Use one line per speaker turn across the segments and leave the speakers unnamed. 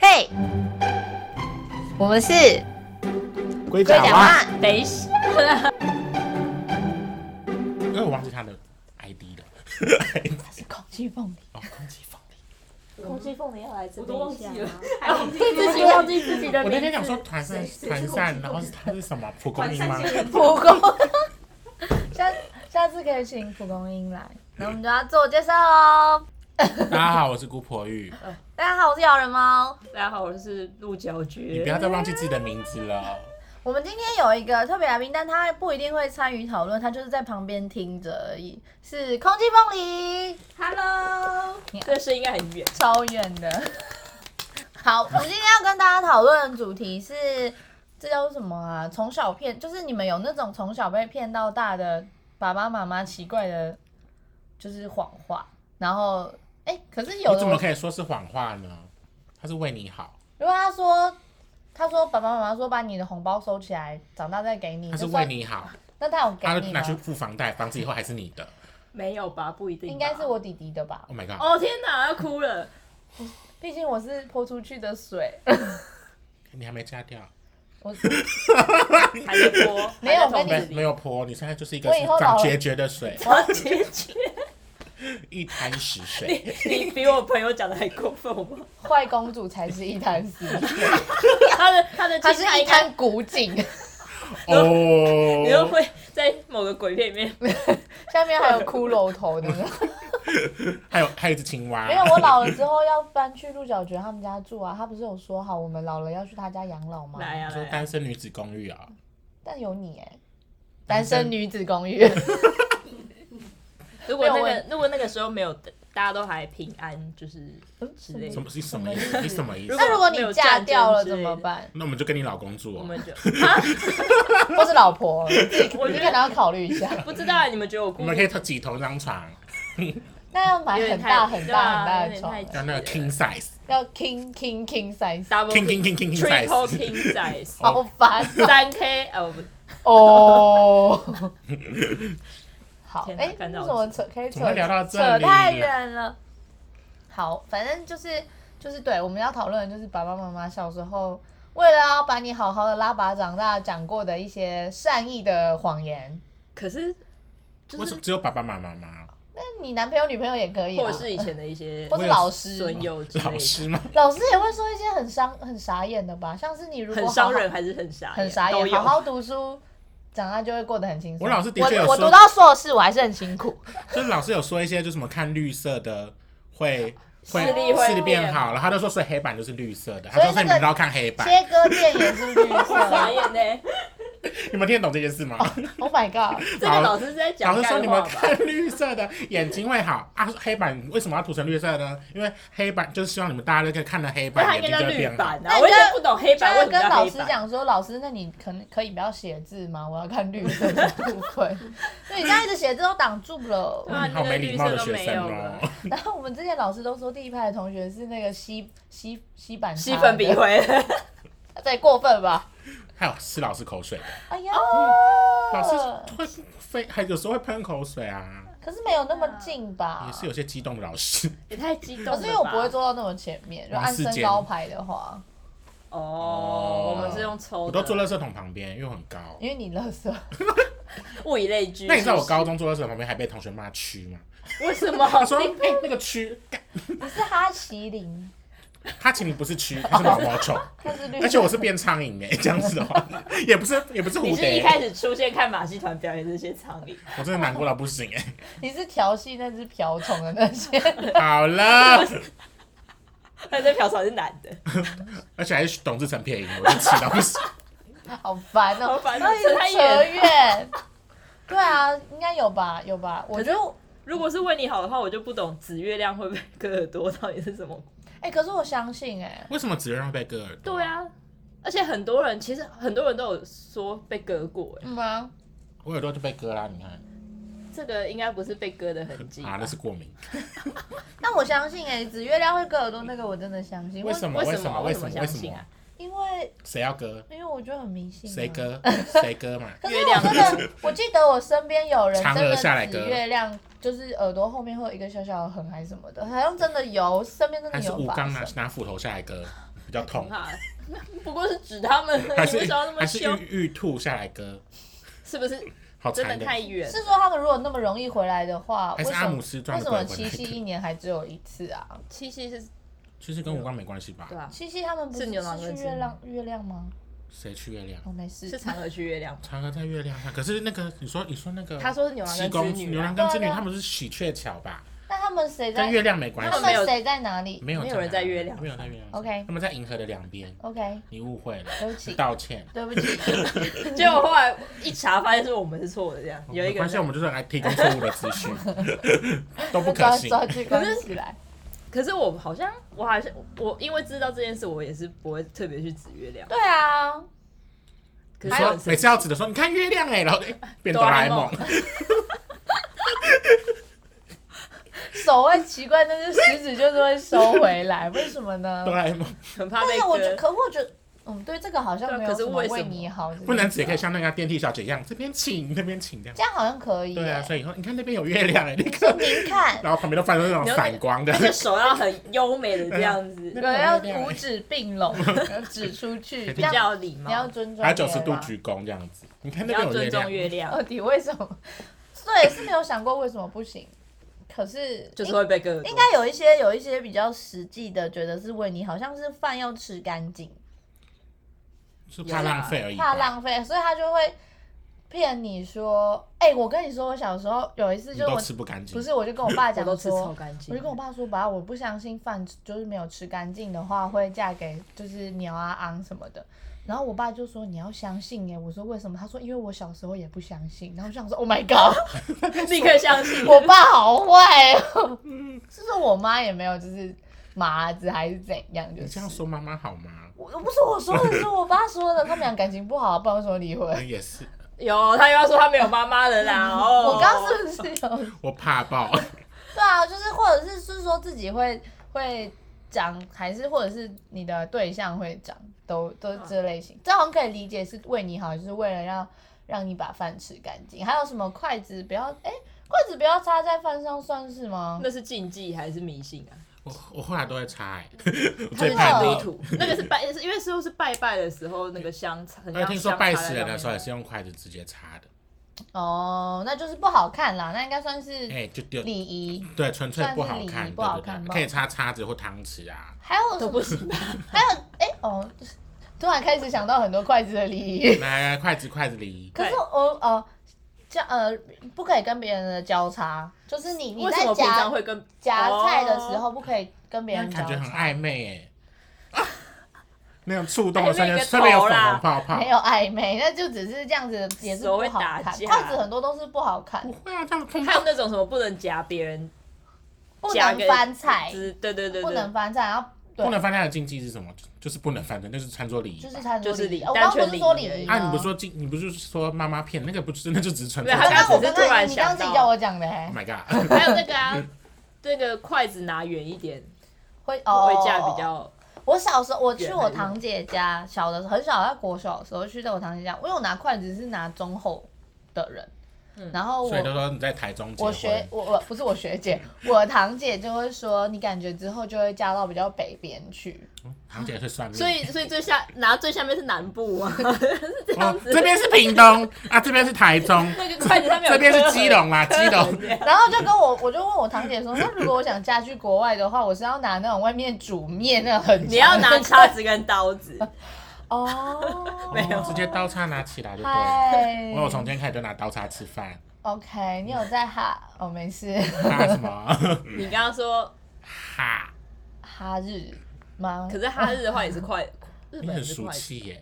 对，我们是
龟
龟
甲
甲
蛙，
蛙。
等一下，
因为我忘记他的 ID 了。
空气凤梨，
哦，空气凤梨。
空气凤梨要来这
我都
边
忘
一下
记了
吗？
还忘记
对自己忘记自己的
我那
名
天想
字。
说团散
谁
团散，然后是他是什么蒲公英吗？
蒲公， 下下次可以请蒲公英来，那我们就要自我介绍喽。
大家好，我是姑婆玉，
大家好，我是咬人猫。
大家好，我是鹿角
你
蕨
不。要再忘记自己的名字了。
我们今天有一个特别来宾，但他不一定会参与讨论，他就是在旁边听着而已。是空气凤梨，
Hello，这声应该很远。
超远的。 好，我们今天要跟大家讨论的主题是，这叫什么啊？从小骗，就是你们有那种从小被骗到大的爸爸妈妈奇怪的，就是谎话。然后，哎、可是有
你
的
怎么可以说是谎话呢？他是为你好，
如果他说，他说爸爸妈妈说把你的红包收起来，长大再给你，
他是
就算
为，你好，
那他有给
他
你
拿去
吗？
付房贷，房子以后还是你的。
没有吧？不一定吧。
应该是我弟弟的吧，
Oh my god！
哦天哪，要哭了！
毕竟我是泼出去的水，
你还没嫁掉，
我
还在播，
没有
还在
我跟
没
筒子
没
里。
有泼，你现在就是一个
我以后老
长
了
决绝 的水，
我要解决。
一滩死水。
你比我朋友讲的还过分好吗？
坏公主才是一滩死 水，
他的他的
她
亲
是
密
一
感，
滩古井，
你又
哦，
会在某个鬼片里面
下面还有骷髅头 的呢。
还有还有一只青蛙
没。有，我老了之后要搬去鹿角蕨他们家住啊。他不是有说好我们老了要去他家养老吗？
来呀啊
你说
来呀。
单身女子公寓啊？
但有你哎，
单
单
身
身女子公寓。
如果那
没
个
有
如果那个时候没有，大家都还平安，就是之类
什
的，
么是什么意 思？是什么意思
如？
那如果
没有
你
战
嫁
争
掉了
之
怎
类
么
的
办？
那我们就跟你老公住
我
哦。
们就
或是老婆，你自 己
我觉
你
得
可能要考虑一下。
不知道你们觉得我
我
故
们
意
可以挤同张床，
那要买
有点
很
太
大很
对啊
大很大
有
的
点
床
太，啊
要那个 king size。
要 king king king size，
double
King, king, king, king, king size.
triple king size
好烦啊
三 k 哦不
哦。好，
天哪
哎，为
干到
什
我
么扯可以
怎么
扯
会聊到这
扯
里啊
太远了？好，反正就是就是对，我们要讨论的就是爸爸妈妈小时候为了要把你好好的拉拔长大讲过的一些善意的谎言。
可是就
为什
是
么只有爸爸妈妈吗？
那你男朋友女朋友也可以、啊，
或者是以前的一些
或
我
是
有
老师，
损友之类
老
的，
师吗？
老师也会说一些很伤、很傻眼的吧，像是你如果
很
好好
伤人还是很傻眼，
很傻
都
眼，
有
好好读书，长大就会过得很轻松。
我老师的
我
确有
我
说
读到硕士，我还是很辛苦。
就是老师有说一些，就什么看绿色的会会
视力会
视力变
变
好，然后他就说所以黑板就是绿色的，他
所以
就说
那
你们
个
都要看黑板，
切割店也是绿
傻
色
眼呢。
你们听得懂这件事吗？
，Oh my god！
这个老师是在哦讲
老师说
干
你
话
们
吧？
看绿色的眼睛会好啊，黑板为什么要涂成绿色呢？因为黑板就是希望你们大家都可以看到黑
那
板，
他
眼
应
睛
该叫
就会
绿
变好。
板
那
啊，
你
我
就
也不懂黑
就
板为
是
什么
跟
叫
老
黑
师
板。
讲说，老师，那你可能可以不要写字吗？我要看绿色的部 分。对，你这样一直写字都挡住了
对。啊
嗯好没礼貌的学
那个绿色
生
都没有
哦
了。
然后我们之前老师都说，第一排的同学是那个吸吸吸板
吸
擦
粉笔
的，
灰，
这过分吧？
还有吃老师口水，
哎呀，
老师会飞，还有时候会喷口水啊，
可是没有那么近吧？
啊
也是有些激动的老师。
也太激动了吧。
可是因为我不会坐到那么前面，就
王
按
世
身
坚
高排的话，
哦，我们是用抽的，
我都坐垃圾桶旁边，因为我很高。
因为你垃圾，
物以类聚。
那你知道我高中坐垃圾桶旁边还被同学骂蛆吗？
为什么？
他说：“哎、那个蛆，干
你是哈麒麟，
他其实不是蛆，他是毛毛 虫，
它是绿
而且我是变苍蝇哎，这样子的话，也不是也不是
你
蝴
是一
蝶，
开始出现看马戏团表演这些苍蝇，
我真的难过到不行哎、
你是调戏那只瓢虫的那些，
好 了，
但这瓢虫是男的，
而且还是董志成配音，我就气到不行。
好烦
好
哦、
烦
然后一直
扯太
扯
远
远。对啊，应该有吧，有吧？我觉得，
如果是为你好的话，我就不懂紫月亮会不会割耳朵到底是什么。
哎、可是我相信、哎，
为什么只让被割耳朵？
对，啊，而且很多人其实很多人都有说被割过，哎，
嗯吗？
我耳朵就被割啦，你看
这个应该不是被割的痕迹吧。
啊，那是过敏。
但我相信、哎，紫月亮会割耳朵那个，我真的相信。
为什
么？
么？
为
为
什么
么？为什
为什么
为
相
什
信啊
么？
因为
谁要割？
因为我觉得很迷信、啊。
谁？ 割？谁割嘛？
可是
月
我
亮
真的，我记得我身边有人
嫦娥
真的
下来
指
割
月亮，就是耳朵后面会有一个小小的痕还是什么的，好像真的有，身边真的
还是啊
有
吴
发
刚拿
生。
拿斧头下来割？比较痛
可，怕了。不过是指他们而已，
哦还
为
是
什么要那么
还是
凶？
玉玉兔下来割，
是不是
好
真的
残忍。
太远？
是说他们如果那么容易回来的话，
还
为
是
什
阿姆
么
斯壮
为
的
什
鬼
么
魂
七
来
夕一
的？
年还只有一次啊？
七夕是
其实跟我关没关系吧
对？吧？啊
七夕他们不
是
是
牛郎
是
跟
去
织
月
女
亮月亮吗？
谁去月亮？
哦，没事，
是嫦娥去月亮。
嫦娥在月亮上，啊可是那个你说你说那个
他说是牛郎
七
跟
公
织
主
女
牛
啊，
郎跟织
对
女
啊对啊
他们是喜鹊桥吧？
那他们谁在
跟？月亮没关
他
系，
们谁在哪里
没有
没有人在月亮
没有在月亮上
OK
他们在银河的两边，
？OK，
你误会了，
对不起，
道歉。
对不 起，
结果后来一查发现是我们是错的，这样有一
哦没
个人
关系，我
在。
们就是来提供错误的资 讯，都不可
抓
信。
抓去关起来。
可是我好像我还是我，因为知道这件事，我也是不会特别去指月亮。
对啊，
可
你
是
说
很生
每次要指的说，你看月亮哎，然后哎变哆啦 A 梦，
手会奇怪，但是食指就是会收回来，为什么呢
哆？啦 A 梦
很怕
但
被
是我觉得，可
割。
我觉得。嗯，对这个好像
对啊
没有
可是
么
为什
为
么
你好，
不能指，也可以像那个电梯小姐一样，这边请那边请这样
这。样好像可以耶。
对啊，所以以后你看那边有月亮哎，你看，
说您看，
然后旁边都发出那种散光的
而，且手要很优美的这样子，
有人要五指并 拢，指出去，这
比
样
较礼
你要
貌，
尊重。
还有九十度。鞠躬这样子。你看
比
那边有
较尊
月
重
亮，
月 亮，
到底为什么？对，是没有想过为什么不行。可是
就是
应
会被割。
应该有一些有一些比较实际的，觉得是为你，好像是饭要吃干净，
是怕浪费而
哎
已吧。
怕浪费，所以他就会骗你说：“哎、我跟你说，我小时候有一次
你
就是
都
我
吃不干净，
不是，我就跟我爸
我
讲
都吃超
说，
干净
我就。跟我爸说，爸，我不相信饭就是没有吃干净的话会嫁给就是鸟啊昂什么的。然后我爸就说你要相信耶，我说为什么？他说因为我小时候也不相信。然后我想说 Oh my god，
立刻相 信
我爸好坏
嗯
哦，是说我妈也没有就是麻子还是怎样，就
你这
是
样说妈妈好 吗？
我我不是我说的，是我爸说的，他们俩感情不好，不然为什么离婚？
嗯也是，
有，他又要说他没有妈妈了啦。哦，
我刚刚是不是有
我怕爆，
对啊，就是或者是是说自己会会讲，还是或者是你的对象会讲，都都是这类型。这好像可以理解是为你好，就是为了让让你把饭吃干净。还有什么筷子不要哎、筷子不要插在饭上算是吗？
那是禁忌还是迷信啊？
我我后来都会擦哎， 我
他
最
是
怕
怕
基
的
督
那
徒， 那个是拜，是因为时候是拜拜的时候，那个香很
个。而
像
且听说
香
拜
插在
死人啊的时候也
上
是用筷子直接擦的，
哦，那就是不好看啦，那应该算是
哎，就丢
礼仪。
对，纯粹不好
算是
看，
礼仪
对
不好
对
看
对，
吧
可以擦叉子或汤匙啊。
还有什
面都
么
不？行 吧？
还有哎、哦，突然开始想到很多筷子的礼仪。
来来，筷子筷子离，
可是
对
我呃，这呃不可以跟别人的交叉，就是你你
为什
在
么平常
夹
会跟哦
夹菜的时候不可以跟别
那
人交
感觉很
叉，
暧昧哎，那种触动的瞬
暧昧
间，
个
上面有
头
粉
啦
红泡泡
没。有暧昧，那就只是这样子，也是
手
不
会
好
打
看。
架
筷子很多都是不好看
不，会啊，他们碰
还
到
有那种什么不能夹别人
不
夹
能
给
翻菜，
之，对对对
不能
对，
翻菜，然后对
不能翻他的禁忌是什么？就就是不能翻的，那就是餐桌礼仪
就
吧。
是餐桌
就是
礼仪。
礼
呃我
单
刚刚
纯
不是说
礼
礼
仪而已
仪
啊，你
吗
不是？说禁，你不是说妈妈骗那个不是，那就只是纯粹。
对他
刚
刚
刚我
只是
刚
突然
刚你刚
想
刚自己
到
叫我讲的欸
Oh，my god！
还有那个啊，这个筷子拿远一点，
会哦
会架比较
我小时候我去
远
我
还是
堂姐家，小的时候很小，在国小的时候去到我堂姐家，因为我拿筷子是拿中后的人，
嗯
然后我
所以都说你在台中结
我
婚，
学我我不是我学姐，我堂姐就会说，你感觉之后就会嫁到比较北边去。
堂姐会算命，
所以所以最下拿最下面是南部啊，
这哦这边是屏东啊，这边是台中，
那个筷子上面
这
有
边是基隆 啦，
啊，
基隆。
然后就跟我我就问我堂姐说， 那如果我想嫁去国外的话，我是要拿那种外面煮面那很长
你要拿叉子跟刀子，
哦，
没有
哦直接刀叉拿起来就对了。
嗨，
我有从今天开始就拿刀叉吃饭，
OK，你有在哈哦没事
哈什么
你刚刚说，
哈？
哈日吗？
可是哈日的话也是筷，日
你
本也
很
是
俗
筷子，
气耶，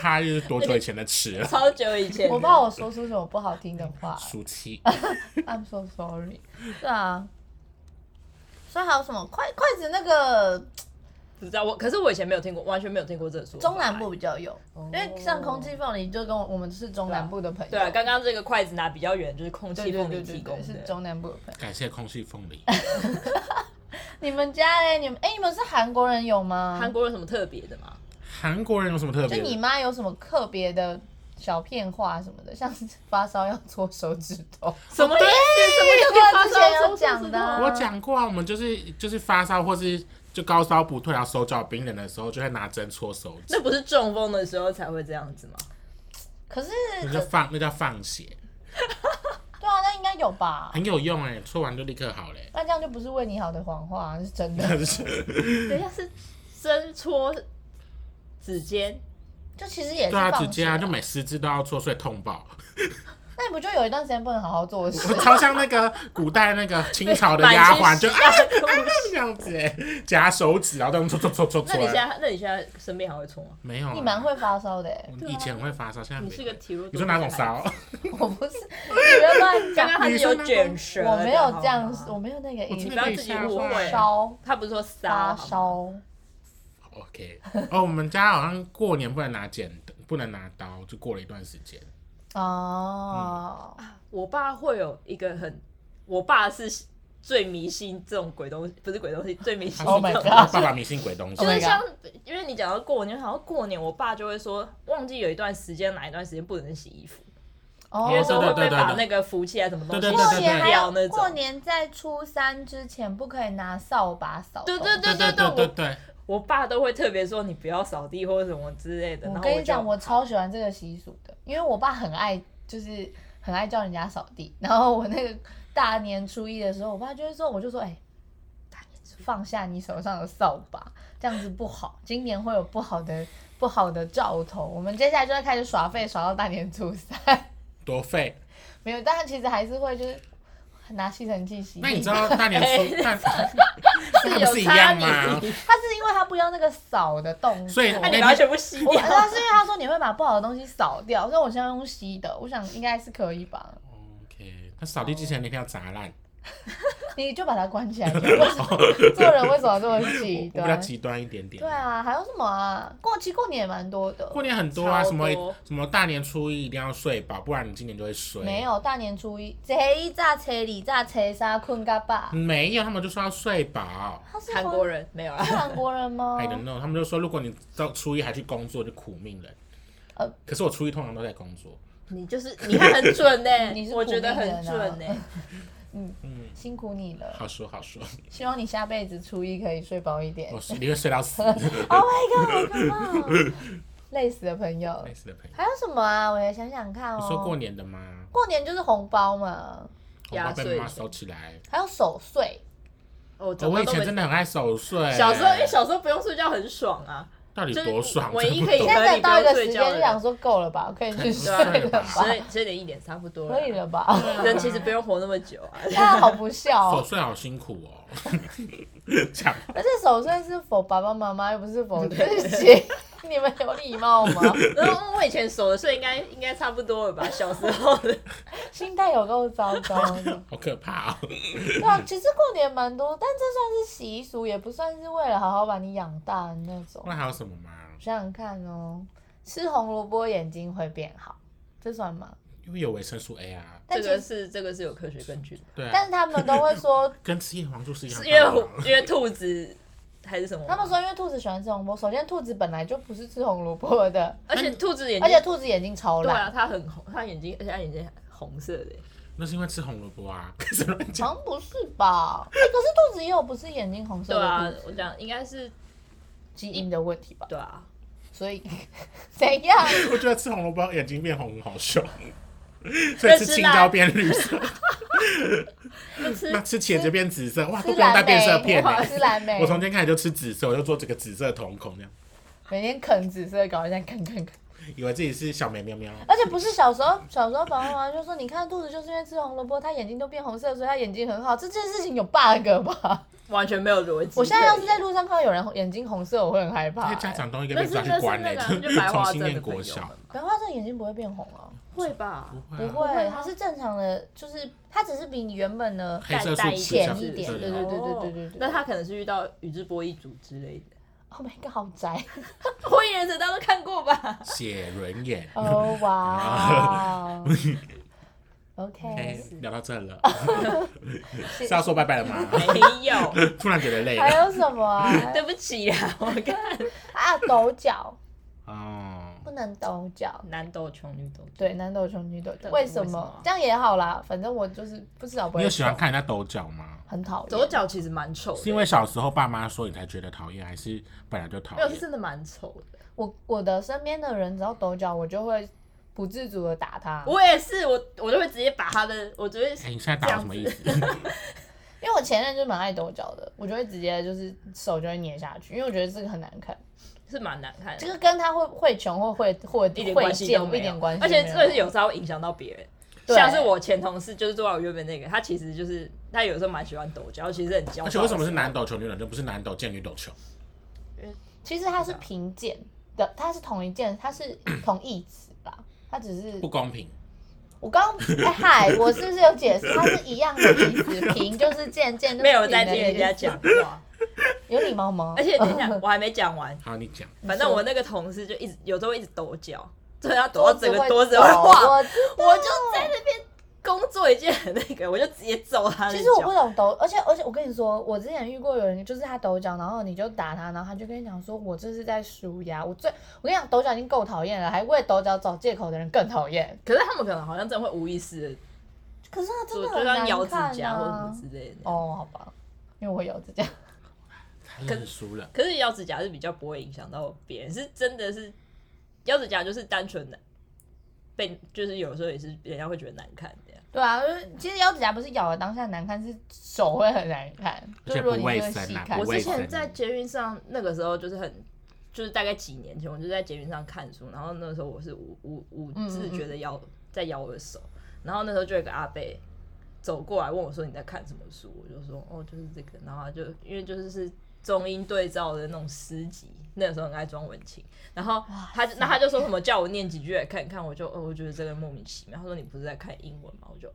哈就是多久以前的词了？
超久以前的，
我怕我说出什么不好听的话。
俗气，
I'm so sorry。对啊，所以还有什么筷筷子那个
不知道我，可是我以前没有听过，完全没有听过这个说法
中南部比较有，因为像空气凤梨就跟我我们是中南部的朋友，
对啊，刚刚这个筷子拿比较远，就是空
对
气
对
凤
对
梨
对
提
对
供
是
的。
中南部的朋友。
感谢空气凤梨。
你们家嘞？你们哎、你们是韩国人有吗？
韩国有什么特别的吗？
韩国人有什么特
就
别
你
的？
妈有什么特别的小片话什么的，像是发烧要搓手指头，
什么意思？什么叫做
我之前有
手指
讲的啊
我讲过啊，我们就是就是发烧或是。就高烧不退，然后手脚冰冷的时候，就会拿针戳手指
那，不是中风的时候才会这样子吗？
可是
那叫放，那叫放血，
对啊，那应该有吧？
很有用哎、戳完就立刻好 嘞、
那这样就不是为你好的谎话，啊是真的，
但是
等一下是针戳指尖，
就其实也是
对啊，
放
指
血
尖啊，就每十只都要戳，所以痛 爆。
那你不就有一段时间不能好好做事
我？超像那个古代那个清朝的丫鬟，就啊啊这样子哎、夹手指，然后这样戳戳戳戳
那你现
戳。
在那你现在生病还会戳吗？
啊没有、啊，
你蛮会发烧的、 欸，
我以前会发烧，现在
你
没
是个
会。
体弱，
你说哪种？烧？
我不是，你不要乱
刚
讲，
刚他是有卷舌的，
我没有这样
好，吗
我没有那个
我
意
真
你
的
不
思，
要自己误会。
烧
他不是说
发
骚，
烧，
OK，哦，我们家好像过年不能拿剪的，不能拿刀，就过了一段时间。嗯
哦，
我爸会有一个很，我爸是最迷信这种鬼东西，不是鬼东西，最迷信这
Oh
种
my god
东西。
他说爸爸迷信鬼东西
Oh
就
my
是
god
像，因为你讲到过年，好像过年，我爸就会说，忘记有一段时间哪一段时间不能洗衣服，
哦
因为说会
对对
被
对
把
对
那个福气啊什么东西
对对
过
对
洗
对
年还
掉
要
那
过
种。
年在初三之前不可以拿扫把扫
对
东西。
对对
对
对
对对
对，我
对，
我爸都会特别说你不要扫地或者什么之类的。然
我
后
跟你
就
讲，我超喜欢这个习俗的，因为我爸很爱，就是很爱叫人家扫地。然后我那个大年初一的时候，我爸就会说，我就说，哎、放下你手上的扫把，这样子不好，今年会有不好的不好的兆头。我们接下来就会开始耍废，耍到大年初三。
多费。
没有，但其实还是会就是拿吸尘器吸。
那你知道大年初 那
是
那
有
不是一
差
样
啊 你
吗？
他是因为他不要那个扫的动作，
所以
那
那
你
天
把它全部洗
我
掉。
他是因为他说你会把不好的东西扫掉，所以我现在用吸的，我想应该是可以吧。
OK，他扫地机器人那天要砸
哦
烂，
你就把它关起来。为什 么做人为什么这么
我
极
哦我比较
端？
极端一点点。
对啊，还有什么啊？过期过年也蛮多的。
过年很多啊，
超
什么
多
什么大年初一一定要睡饱，不然你今年就会衰。
没有，大年初一，初一炸、初二炸、初三困嘎巴。
没有，他们就说要睡饱。
他是
韩国，人没有啊？
是韩国人吗
I？don't
哦
know，他们就说如果你到初一还去工作，就苦命了。
呃
可是我初一通常都在工作，
你就是你还很准呢、
你是苦
我觉得很
命人啊
准呢、
辛苦你了，
好说好说，
希望你下辈子初一可以睡饱一点
我。是一定会睡到死。
哦
Oh my god，好可怕哦累死的朋 友
类。似的朋友，
还有什么啊？我来想想看哦。
你说过年的吗？
过年就是红包嘛，
红包
压
被
岁
妈妈
钱
收起来。
还有守岁。
我
哦我以 前真
的
的很爱守岁，
小时候，因为小时候不用睡觉很爽啊，
到底
就是
多爽，
唯一
真不
可以
懂
现在才到一个时
睡
间
觉了啊
就想说够了吧，可以去睡了吧，
十二十二点一点差不多
可以
了
了 吧？
啊。人其实不用活那么久啊，
那好不孝
守
哦，
岁好辛苦哦。讲
而且守岁是否爸爸妈妈，又不是 否自己， 你们有礼貌吗？
然后我以前守的睡应该应该差不多 了吧，小时候的。
心态有够糟糕 的。
好可怕哦。
对啊，其实过年蛮多，但这算是习俗，也不算是为了好好把你养大的那种。
那还有什么吗？
想想看哦，吃红萝卜眼睛会变好，这算吗？
因为有维生素 A 啊，
但
这
其
个
实，
是这个是有科学根 据的，
对
但
啊，
是他们都会说，
跟吃叶黄素是一样的
是因为
道理
我
啊。
因为兔子还是什么？
他们，说因为兔子喜欢吃红萝卜，首先兔子本来就不是吃红萝卜的，
而且兔子眼
而
睛，
且兔子眼睛超
对
烂。
啊，它很红，它眼睛，而且它眼睛红色的耶。
那是因为吃红萝卜啊， 开始乱讲。
好像不是吧？哎、可是肚子也有不是眼睛红色
对啊
的兔，
我讲应该是
基因的问题吧？
对啊，
所以 怎样？
我觉得吃红萝卜眼睛变红很好笑，所以吃青椒变绿色，
那吃
那吃茄子变紫色，哇，都
吃
不用带
蓝
变色
莓，
片
哇
欸
吃蓝莓
我，从今天开始就吃紫色，我就做这个紫色瞳孔，这样
每天啃紫色搞一下，啃啃啃。
以为自己是小美喵喵。
而且不是小时候，小时候爸爸妈妈就说，你看肚子就是因为吃红萝卜，他眼睛都变红色，所以他眼睛很好。这件事情有 bug 吧？
完全没有逻辑。
我现在要是在路上看到有人眼睛红色，我会很害怕、
那些家
欸。
长都应该
那
被
是
抓去
那是
关
那
嘞，
个啊就
重
白花
新
镇的
念
朋
国
友
小
们。
白花这眼睛不会变红啊？
会吧？
不
不
会啊，
会，
吗
它是正常的，就是它只是比你原本的
黑色素
淡
比
一点
较
浅一点
对
对
啊
对对
哦
对对对
那他可能是遇到宇智波一族之类的，
，Oh my god，好宅。
《火影忍者》大家都看过吧？
写轮眼。
哦 哇哦
OK，
哦
，OK，
哎聊到这了，是要说拜拜了吗？
没 哎有，
突然觉得累
还
了。
有什么啊？
对不起啊，我看
啊，狗脚，
哦，
不能抖脚。
男斗穷，女斗
对，男抖穷，女抖脚
对
为什
为什么
么
啊？
这样也好啦，反正我就是不至少不
你
会。
有喜欢？看人家抖脚吗？
很讨厌。
斗脚其实蛮丑的，
是因为小时候爸妈说你才觉得讨厌，还是本来就讨
没有是
厌？
真的蛮丑的。
我我的身边的人只要抖脚，我就会不自主的打他，
我也是，我我就会直接把他的，我觉得
哎、你现在打我什么意思？
因为我前任就蛮爱抖脚的，我就会直接就是手就会捏下去，因为我觉得这个很难看，
是蛮难看的，
这个跟他会会穷或会会
一点
会
关系都
贱
没
一点关系
而
都没
且
有，
这个是有时候会影响到别人。
对
像是我前同事就是做到原本那个，他其实就是他有时候蛮喜欢抖脚，其实很焦躁。
而且为什么是男？抖球女抖，就不是男抖见女抖球？
其实它
啊
是平贱的，它是同一件，它 是同义词啦。它只是
不公平。
我刚 哎嗨，我是不是有解释？它是一样的意思， 平就是贱，贱就是哦
没有
平
在
的
听人
意
家
思，
讲哎话，
有礼貌吗？
而且等一下我还没讲完，
好，你讲。
反正我那个同事就一直有时候一直抖脚，真的要抖
我
到
只
整
会
个桌子
抖
会晃。
我知
我就在那边工作已经很那个，我就直接揍他的脚。
其实我不懂抖，而且而且我跟你说，我之前遇过有人，就是他抖脚，然后你就打他，然后他就跟你讲说，我这是在舒压。我最我跟你讲，抖脚已经够讨厌了，还为抖脚找借口的人更讨厌。
可是他们可能好像真的会无意识的，
可是他真
就
的
就
很
像咬
难
指
看
甲或者什
啊
么。之类的。
哦，好吧，因为我会咬指甲。
认输了。
可是咬指甲是比较不会影响到别人，是真的是咬指甲就是单纯的被，就是有时候也是人家会觉得难看这样。
对啊，就是其实咬指甲不是咬的当下难看，是手会很难看，就
而且
是如果
不
你
卫
会
生
细
啊
看
不
我。
卫
之
生
前在捷运上那个时候就是很，就是大概几年前，我就在捷运上看书，然后那个时候我是无无无
嗯嗯
自觉的咬、在咬我的手，然后那时候就有一个阿伯走过来问我说你在看什么书，我就说哦就是这个，然后他就因为就是是中英对照的那种诗集，那个时候很爱庄文清，然后他就那他就说什么叫我念几句来看看，我就哦我觉得这个莫名其妙，他说你不是在看英文吗？我就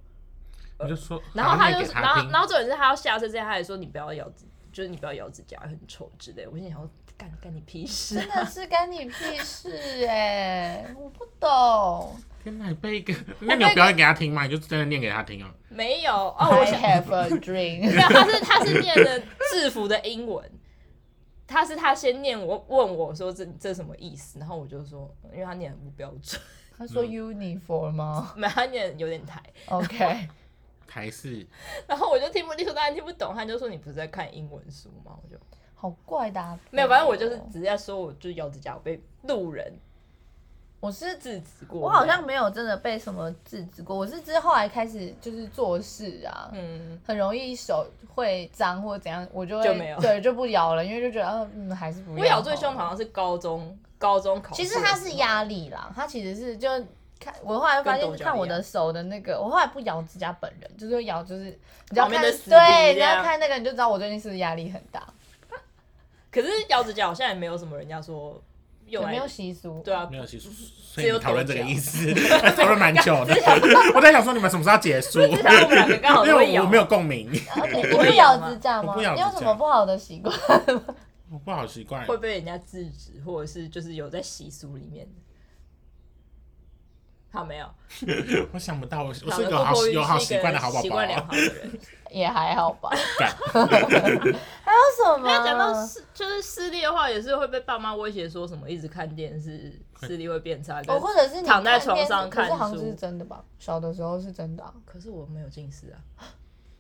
我就说，
然后他
好
就
念
是，
给
呃然后
听
然后重点是他要下车之前，他还说你不要咬指，就是你不要咬指甲，很丑之类的。我心想说，干干你屁事
真
啊！
的是干你屁事哎、我不懂。
天哪，你背一个，那你有表演给他听吗？你就真的念给他听哦。
没有哦，我
I
想
have a dream
没。有，他是他是念的制服的英文，他是他先念我问我说这这什么意思，然后我就说，因为他念得很不标准，
他
嗯
说 uniform 吗
没有他念得有点台，
？OK，
台式
然后我就听不理所当然听不懂，他就说你不是在看英文书吗？我就
好怪的、 啊。
没有，反正我就是直接说，我就咬指甲，我被路人
我是
制止过，
我好像没有真的被什么制止过，我是之后来开始就是做事啊，
嗯。
很容易手会脏或怎样，我就会
就没有
对就不咬了，因为就觉得呃嗯还是不要。
我咬最凶好像是高中，高中考试
其
的时
实
候。
它是压力啦，它其实是就看我后来发
跟
现
抖脚
看我
一
的
样
手的那个，我后来不咬指甲本人，就是会咬就是你只要
旁
看
边的死皮
对，
这
你要
样
看那个你就知道我最近是不是压力很大，
可是咬指甲好像也没有什么人家说用
有
来
没有习俗？
对啊
没，有，其实所以你讨论这个
只有抖脚
意思， 讨论蛮久 的。我在想说你们什么时候要结束，
至少我们两个刚好
因
都会
为
咬。
我没有共 鸣，
而且啊你
不
不
会
咬
咬吗
指甲
我
吗？
不咬
你有
指
什
甲
么不好的习惯？
我不好习惯。
会被人家制止，或者是就是有在习俗里面。好，没有。
我想不到，我我
我
是一个好有好习惯的好宝
习
宝
惯良
啊。
好的 人。
也还好 吧。
干
还有什么？
那
嗯
讲到私，就是私立的话，也是会被爸妈威胁说什么一直看电视，视力会变差。
哦，或者是你
躺在
看电视
床上
可是
看
好像是
书
真的吧？小的时候是真的、啊。
可是我没有近视啊。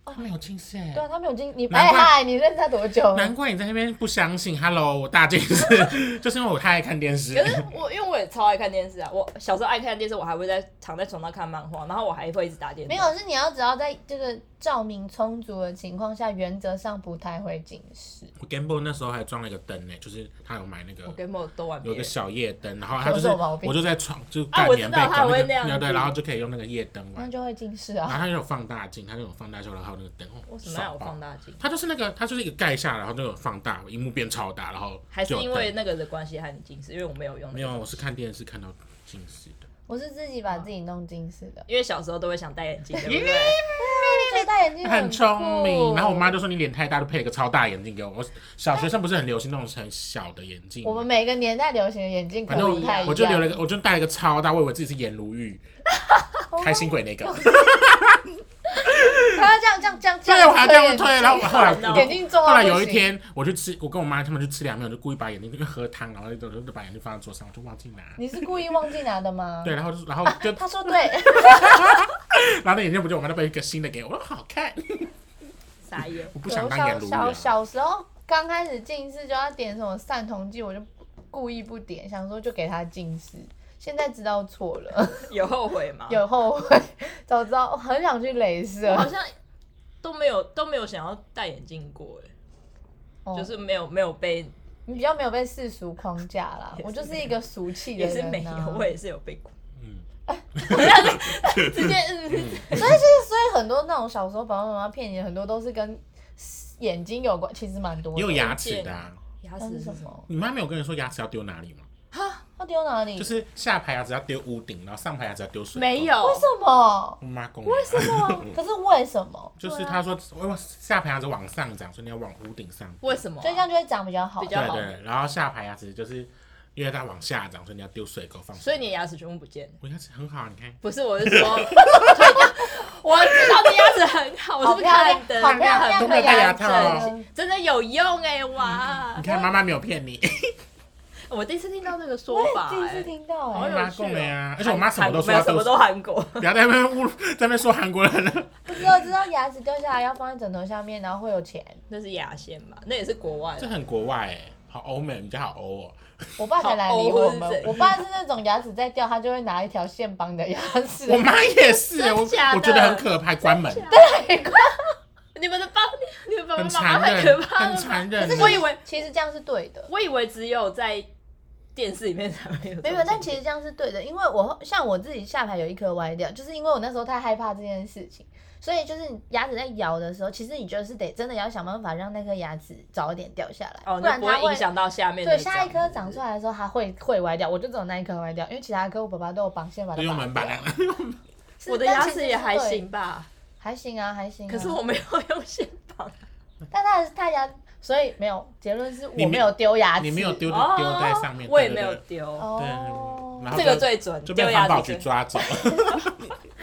他没有近视哎
对，啊，他没有经你
难
哎
怪
嗨，你认识他多久？
哦
难怪你在那边不相信。Hello，我大近视， 就是因为我太爱看电视
可。是我因为我也超爱看电视啊，我小时候爱看电视，我还会在躺在床上看漫画，然后我还会一直打电动。
没有，是你要只要在这个照明充足的情况下，原则上不太会近视。
我 Game Boy 那时候还装了一个灯呢，就是他有买那个
我跟我都玩
有
别
一个
人。
小夜灯，然后它就
有
是
这种毛病
我就在床就
啊
盖
我知
棉被
道它
跟
会
那
那样
个
子嗯
对，然后就可以用那个夜灯
那
玩，
就会近视
然后
啊。
它就有放大镜，它就有放大镜，然后还有那个灯，
为
哦，
什么要有
爽
放
爆！
大镜？
它就是那个，它就是一个盖下，然后就有放大，荧幕变超大，然后
还是
就有
因为
灯
那个的关系害你近视？因为我没有用那
没
个
有，我是看电视看到近视的。
我是自己把自己弄近视的，
因为小时候都会想戴眼镜，对不 对？
所以戴眼镜
很聪明，
酷
然后我妈就说你脸太大，就配了一个超大眼镜给我。我小学生不是很流行那种很小的眼镜吗，
我们每个年代流行的眼镜可
反正
能不太一
我
样。
我就留了一个，我就戴了一 个 超大，我以为自己是颜如玉，开心鬼那个。
他要这样这样这样这
对，
样，
我还这样推，然后后来
然后
哦眼睛重到
后来
不
有一
行
天，我去吃，我跟我妈他们去吃凉面，我就故意把眼睛因为喝汤，然后就就把眼睛放在桌上，我就忘记拿。
你是故意忘记拿的吗？
对，然后就然后就
他说对，
然后那眼镜不就我妈就被一个新的给我，我说好看，
傻眼。
我不
有
想当
小
眼鲈鱼
小
啊。
小时候刚开始近视就要点什么散瞳剂，我就故意不点，想说就给他近视。现在知道错了，
有后悔吗？，
有后悔。早知道我很想去镭
我好
射，
像都没有都没有想要戴眼镜过，哎，
哦
就是没有没有被，
你比较没有被世俗框架啦。
也是
我就是一个俗气的
也
人、啊，
是没有，欸 我也是有被过。
嗯，
直接 嗯，
所以其实，所以很多那种小时候爸爸妈妈骗你，的很多都是跟眼睛有关，其实蛮多
也
的。
有牙齿的、啊，
牙
那
齿
哦是
是
什
什么？
么？
你妈没有跟你说牙齿要丢哪里吗？
要丢哪里？
就是下排牙齿要丢屋顶，然后上排牙齿要丢水。
没，有
为，什么？
我妈跟我。为什 么？
可是为什么？
就是她说，我下排牙齿往上长，所以你要往屋顶上。
为什么啊？
所以这样就会长比较好。
比较
对
好
对，然后下排牙齿就是因为它往下长，所以你要丢水沟放水。
所以你牙齿全部不见了。
我牙齿很好，你看。
不是，我是 说，我知道你牙齿很好，我是
好
不
漂
是
亮
看，的
好漂亮
都
的
没有戴牙
牙
套
齿
哦。
真的有用哎、哇
你！看妈妈没有骗你，
我第一次听到这个说
我也
法、
第一次
哎
听到
好
哎、
有
妈
趣
共的
哦。
呀。而且我妈什么都说要
韩国没有什
丢
么都韩国，
不要在那边侮辱，在那边说韩国人啊 了。
不知道知道牙齿掉下来要放在枕头下面，然后会有钱。
那是牙线吧？那也是国外
这
的。
很国外哎，好欧美，你家好欧哦。
我爸才来理我
好欧是
们
谁，
我爸是那种牙齿在掉，他就会拿一条线绑你的牙齿。
我妈也是欸，我我
真假的
觉得很可怕，关门
你们的爸，你们爸爸
很
妈妈
残
太可
忍，
怕
很
了吧。
残忍
我。以为，
其实这样是对的。
我以为只有在电视里面才会有这种情
没
况。
有，但其实这样是对的，因为我像我自己下排有一颗歪掉，就是因为我那时候太害怕这件事情，所以就是你牙齿在咬的时候，其实你就是得真的要想办法让那颗牙齿早一点掉下来，
哦，
不然
你就
它
不会
会
影响到下面
对
那
下一颗长出
来。
来的时候它会会歪掉，我就只有那一颗歪掉，因为其他颗我爸爸都有绑线把它
用门 把
掉。是
我的
但
牙
其实
齿也
是
还
对
行，吧，
还行啊，还行啊、
可是我没有用线绑。
但他的他牙，所以没有结论是
你
我没
没
有丢牙齿，
你没有丢
哦
丢在上面，
我也
对
没有
对
丢，
对，啊
哦
然。后
这
就
个最准，
就
丢
被环
牙
保局
齿最。
抓 走。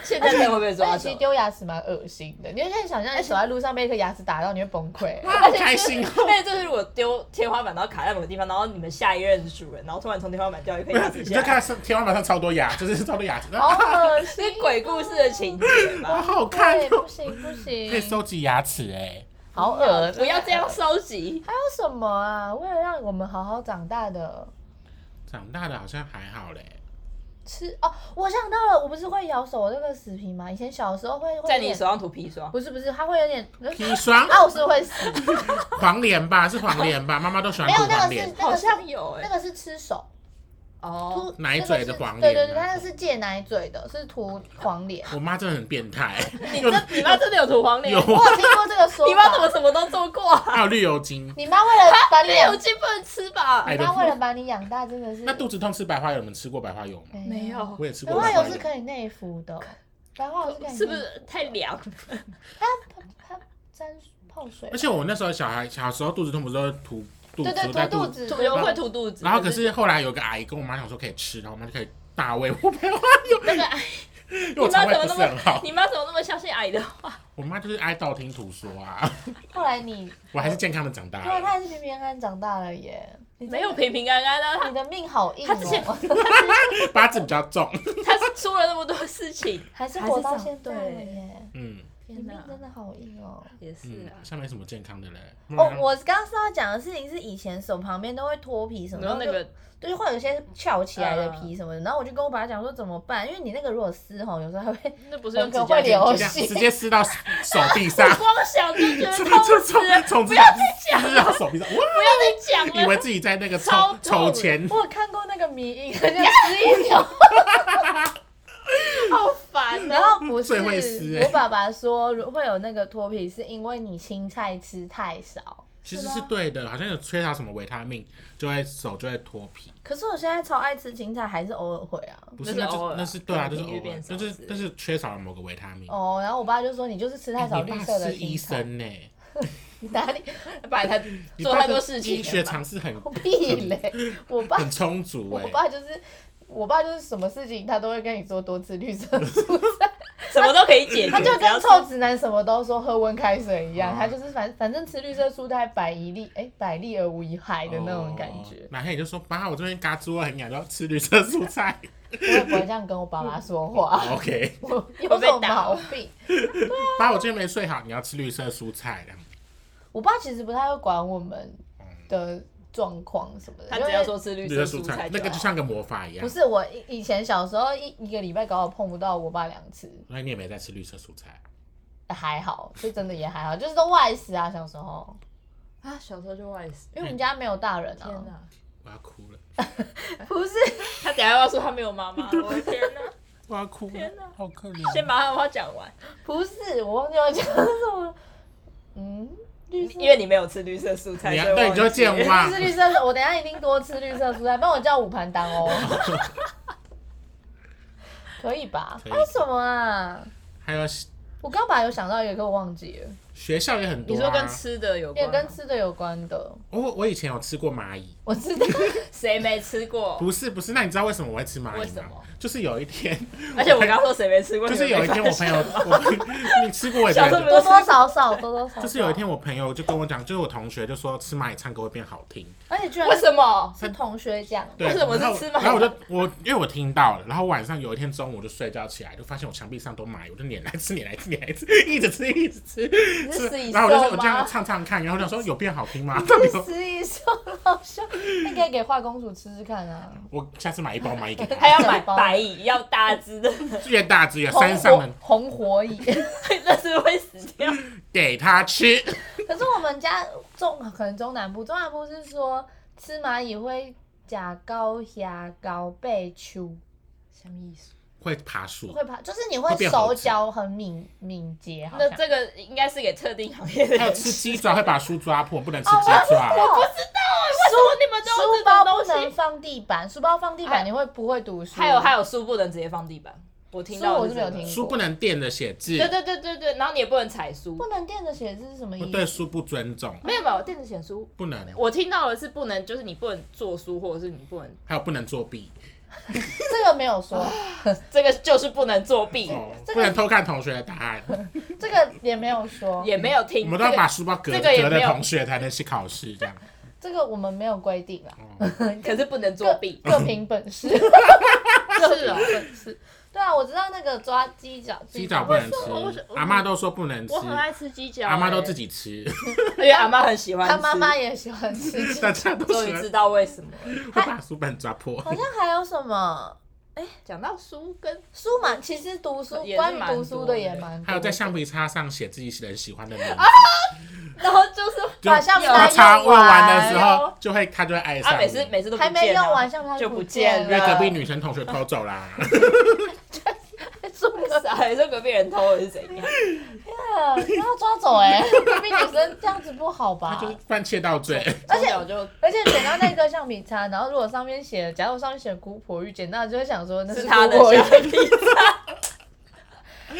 现在看会被抓
而且其
走
实。丢牙齿蛮恶心的，你就可以想象你走在路上被一颗牙齿打到，你会崩 溃。
哇，好开心哦！
但是就是如果丢天花板，然后卡在某个地方，然后你们下一任主人，然后突然从天花板掉一颗
没有
牙齿
你
下
就
来，
看上天花板上超多牙，就是超多牙齿，
好恶
这
心
是鬼故事的情节
好
吧？
好
啊
看
对，
哦
不。行不
可以
行，
收集牙齿哎，
好恶，啊
不要这样。收集，
还有什么啊？为了让我们好好长大的
长大的好像还好嘞。
吃哦，我想到了，我不是会咬手那个死皮吗？以前小时候会会
在
有
你
点
手上涂砒霜。
不是不是，它会有 点
砒霜，
啊，我是会死，
黄连吧，是黄连吧？妈妈都喜欢
没有
涂
那
黄
个是
连，
那
好
个是
像有哎、
那个是吃手
哦，
涂
奶
那个
嘴
是
的黄
对
脸
对对，
吗
它那是戒奶嘴的，是涂黄脸。
我妈真的很变态，
你这你妈真的有涂黄脸？
有啊
我有听过这个说
你妈怎么
法，
什么都做 过、啊？
还有绿油精，
你妈为了把你
没 有
养，
鸡不能吃吧？
哎
你妈为了把你养大，真的是哎
那肚子痛吃白花油，你们吃过白花油吗？
没。有，
我也吃
白
过
花
白
油
花
是
油，
可以内服的，白花油是可以内服
是不是太凉了？
它它它沾泡水吧
而，且我那时候小孩小时候肚子痛，不是都会涂肚
对
子
对，
在
涂
肚
肚
子，
子，
涂油会涂肚子，
然后可是后来有个阿姨跟我妈讲说可以吃，然后我妈就可以大胃我白花油，
那个阿姨，
因为
你
我肠
妈
胃
怎么
不
那
是
么
很好，
你妈怎么那么相信阿姨的话？
我妈就是爱道听途说啊，
后来你，
我还是健康的长大
对，他
了。
还是平平安安长大了耶。你真的
没有，平平安安啊的，
你的命好硬
他之前
哦，
八字比较重，
她她出了那么多事情，
还是
还
活
是
到
长
现在了
对
耶。
嗯
你
天
命
哪，
真的好硬哦。
也是
嗯，
啊
好。像没什么健康的嘞。嗯
哦，我刚刚是要讲的事情是以前手旁边都会脱皮
嗯
什么，
然后那
就
个
就是会有一些翘起来的皮什么的，然后我就跟我爸讲说怎么办，因为你那个如果撕吼，有时候还会
那不是用指
很可
甲
会
剪
流
剪
这样
血，
直接撕到手臂 上，
光想就觉得
这
痛
这
死了
从，从
不
这
要
样
再讲
撕到手臂上，哇！
不要再讲
以为
了。
自己在那个抽
超痛
抽签
我有看过那个迷影， 就撕一条，
好 烦啊
然
然后
后不是
最会撕欸
我爸爸说如会有那个脱皮是因为你青菜吃太少。
其实是对的，好像有缺少什么维他命，就会手就会脱皮。
可是我现在超爱吃青菜，还是偶尔会啊。
不是，那
那是偶尔
就
啊
那是对啊，
可
就
能
是
频
偶
率
尔，
变少
就是
之类的
但是缺少了某个维他命。
哦，然后我爸就说你就是吃太
哎
少
你
绿
爸
色的
是医
青菜，
生呢，
哪里
摆他
你
做
爸
太
的
多事情
医学
了吧，
常识很
我屁嘞！ 我爸
很充足
我
哎。
爸就是我爸就是什么事情他都会跟你说多吃绿色蔬菜，
什么都可以解决。
他就
只要
跟
嗯
臭直男什么都说喝温开水一样，他就是反反正吃绿色蔬菜百一利哎百利而无一害的那种感觉。
哦
然哦后你就说妈，我这边嘎吱窝啊很痒，然后吃绿色蔬菜。
我也不会这样跟我爸妈说话，
哦
OK，
我有什么毛病？
妈，我今天没睡好，你要吃绿色蔬菜。这样
我爸其实不太会管我们的状况什么的，
嗯他
因为
只要说吃 绿
绿
色
色蔬
蔬
菜
菜，
那个就
好
像个魔法一样
不。是我以以前小时候一一个礼拜搞我碰不到我爸两次，
那你也没在吃绿色蔬菜，
还好，就真的也还好，就是都外食啊，小时候，
啊，小时候就外食。
因为我们家没有大人
天
啊，
哪！
我要哭了，
不是
他等一下要说他没有妈 妈，我的天哪！
我要哭
天哪
了，好可怜。
先把他的话讲完，
不是，我忘记要讲什么了，嗯，绿色
因为你没有吃绿色蔬菜，
你啊
所以
对你就
忘记了
健忘
吃绿色，我等一下一定多吃绿色蔬菜，帮我叫五盘当 哦，可以吧？
可以
还有什么啊？
还有
我刚把有想到一个，可我忘记了，
学校也很多、 啊。
你说跟吃的有
也
关吗，
跟吃的有关的，
我我以前有吃过蚂蚁，
我知 道，
谁没吃过？
不是不是，那你知道为什么我会吃蚂
为
蚁
什
吗
么？
就是有一天，
而 且我刚说谁没吃过，
就
你
是
们
有
没
一天我
发
朋
现
友，我 你吃过我也
小
觉
时候
得。
多多少 少，多多少少，
就是有一，天我朋友就跟我讲，就是我同学就说吃蚂蚁唱歌会变好听，
而且居然
为什么？
是同学讲，
对，
为 什么是
然后
吃蚂蚁
然后我就我因为我听到了，然后晚上有一天中午我就睡觉起来，就发现我墙壁上都蚂蚁，我就撵来吃撵来吃撵来吃，一直吃一直吃，
你
吃
是食蚁
然后我就说我
兽
这样
吗？
唱唱看，然后我想说有变好听 吗？到底有
吃一兽好像，那可以给化工署吃吃看啊。
我下次买一包蚂蚁给他，
还要买白蚁，要大只的，
越大只越
红
山上的
火红火蚁，
那是会死掉。
给他吃。
可是我们家中可能中南部，中南部是说吃蚂蚁会甲高牙高背丘，
什么意思？
会爬树，
会爬，就是你
会
会
变猴
手
子
脚很敏敏捷，好
那
像
这个应该是给特定行业的
还有
人
吃
吃。
鸡爪会把书抓破，不能吃鸡爪。
哦
书你们都有
书
这种
包不
东
能
西？
放地板，书包放地
还
板你会不会读书？
还有还有书不能直接放地板，我听到
书我是
是
没有
这个
听过
书不能垫着写字，
对对对对对，然后你也不能踩书
不，能垫着写字是什么意
我
思？
哦对书不尊重，
没有没有电子显书。
不能，
我听到的是不能，就是你不能做书，或者是你不能，
还有不能作弊，
这个没有说，
这个就是不能作弊，
哦
这个
不能偷看同学的答案。
这个也没有说，
也没有
我
听。
们都要
这个
把书包隔
这个也
隔
没
着
有
同学才能去考试， 这样。
这个我们没有规定啊，
哦，
可是不能作弊，
各凭本事。
是哦，是。
对啊，我知道那个抓鸡脚，
鸡爪不能
为什
吃
么，
阿妈都说不能吃
我，很爱吃鸡脚、
阿妈都自己
己，
吃，
因为阿妈很喜欢吃。
他妈妈也喜欢吃鸡
大
脚。
家都
终
喜
于
欢
知道为什么。
会把书本抓破。
好像还有什么
讲到书跟
书蛮，其实读书
也是
关于
蛮
读书
多
的
的
也蛮多的，
还有在橡皮擦上写自己人喜欢的 名字，
然后就是
就
把橡皮
他擦
擦用
问完的时候
有，
就会他就会爱
啊，
上
每次
你，
每次都不
还没
见啊
用完橡皮擦
就
不
不
见
见
了
了，
因为隔 壁女生同学偷走啦。
书本
傻，你说隔壁人偷了是 怎样？
不要抓走哎、欸，隔壁女生这样子不好
他
吧
就？ 是犯窃盗罪，
而且
从小就
而且捡到那个橡皮擦，然后如果上面写，假如上面写姑婆玉，捡到就会想说那
是他
姑
的
婆玉
小，屁，
啊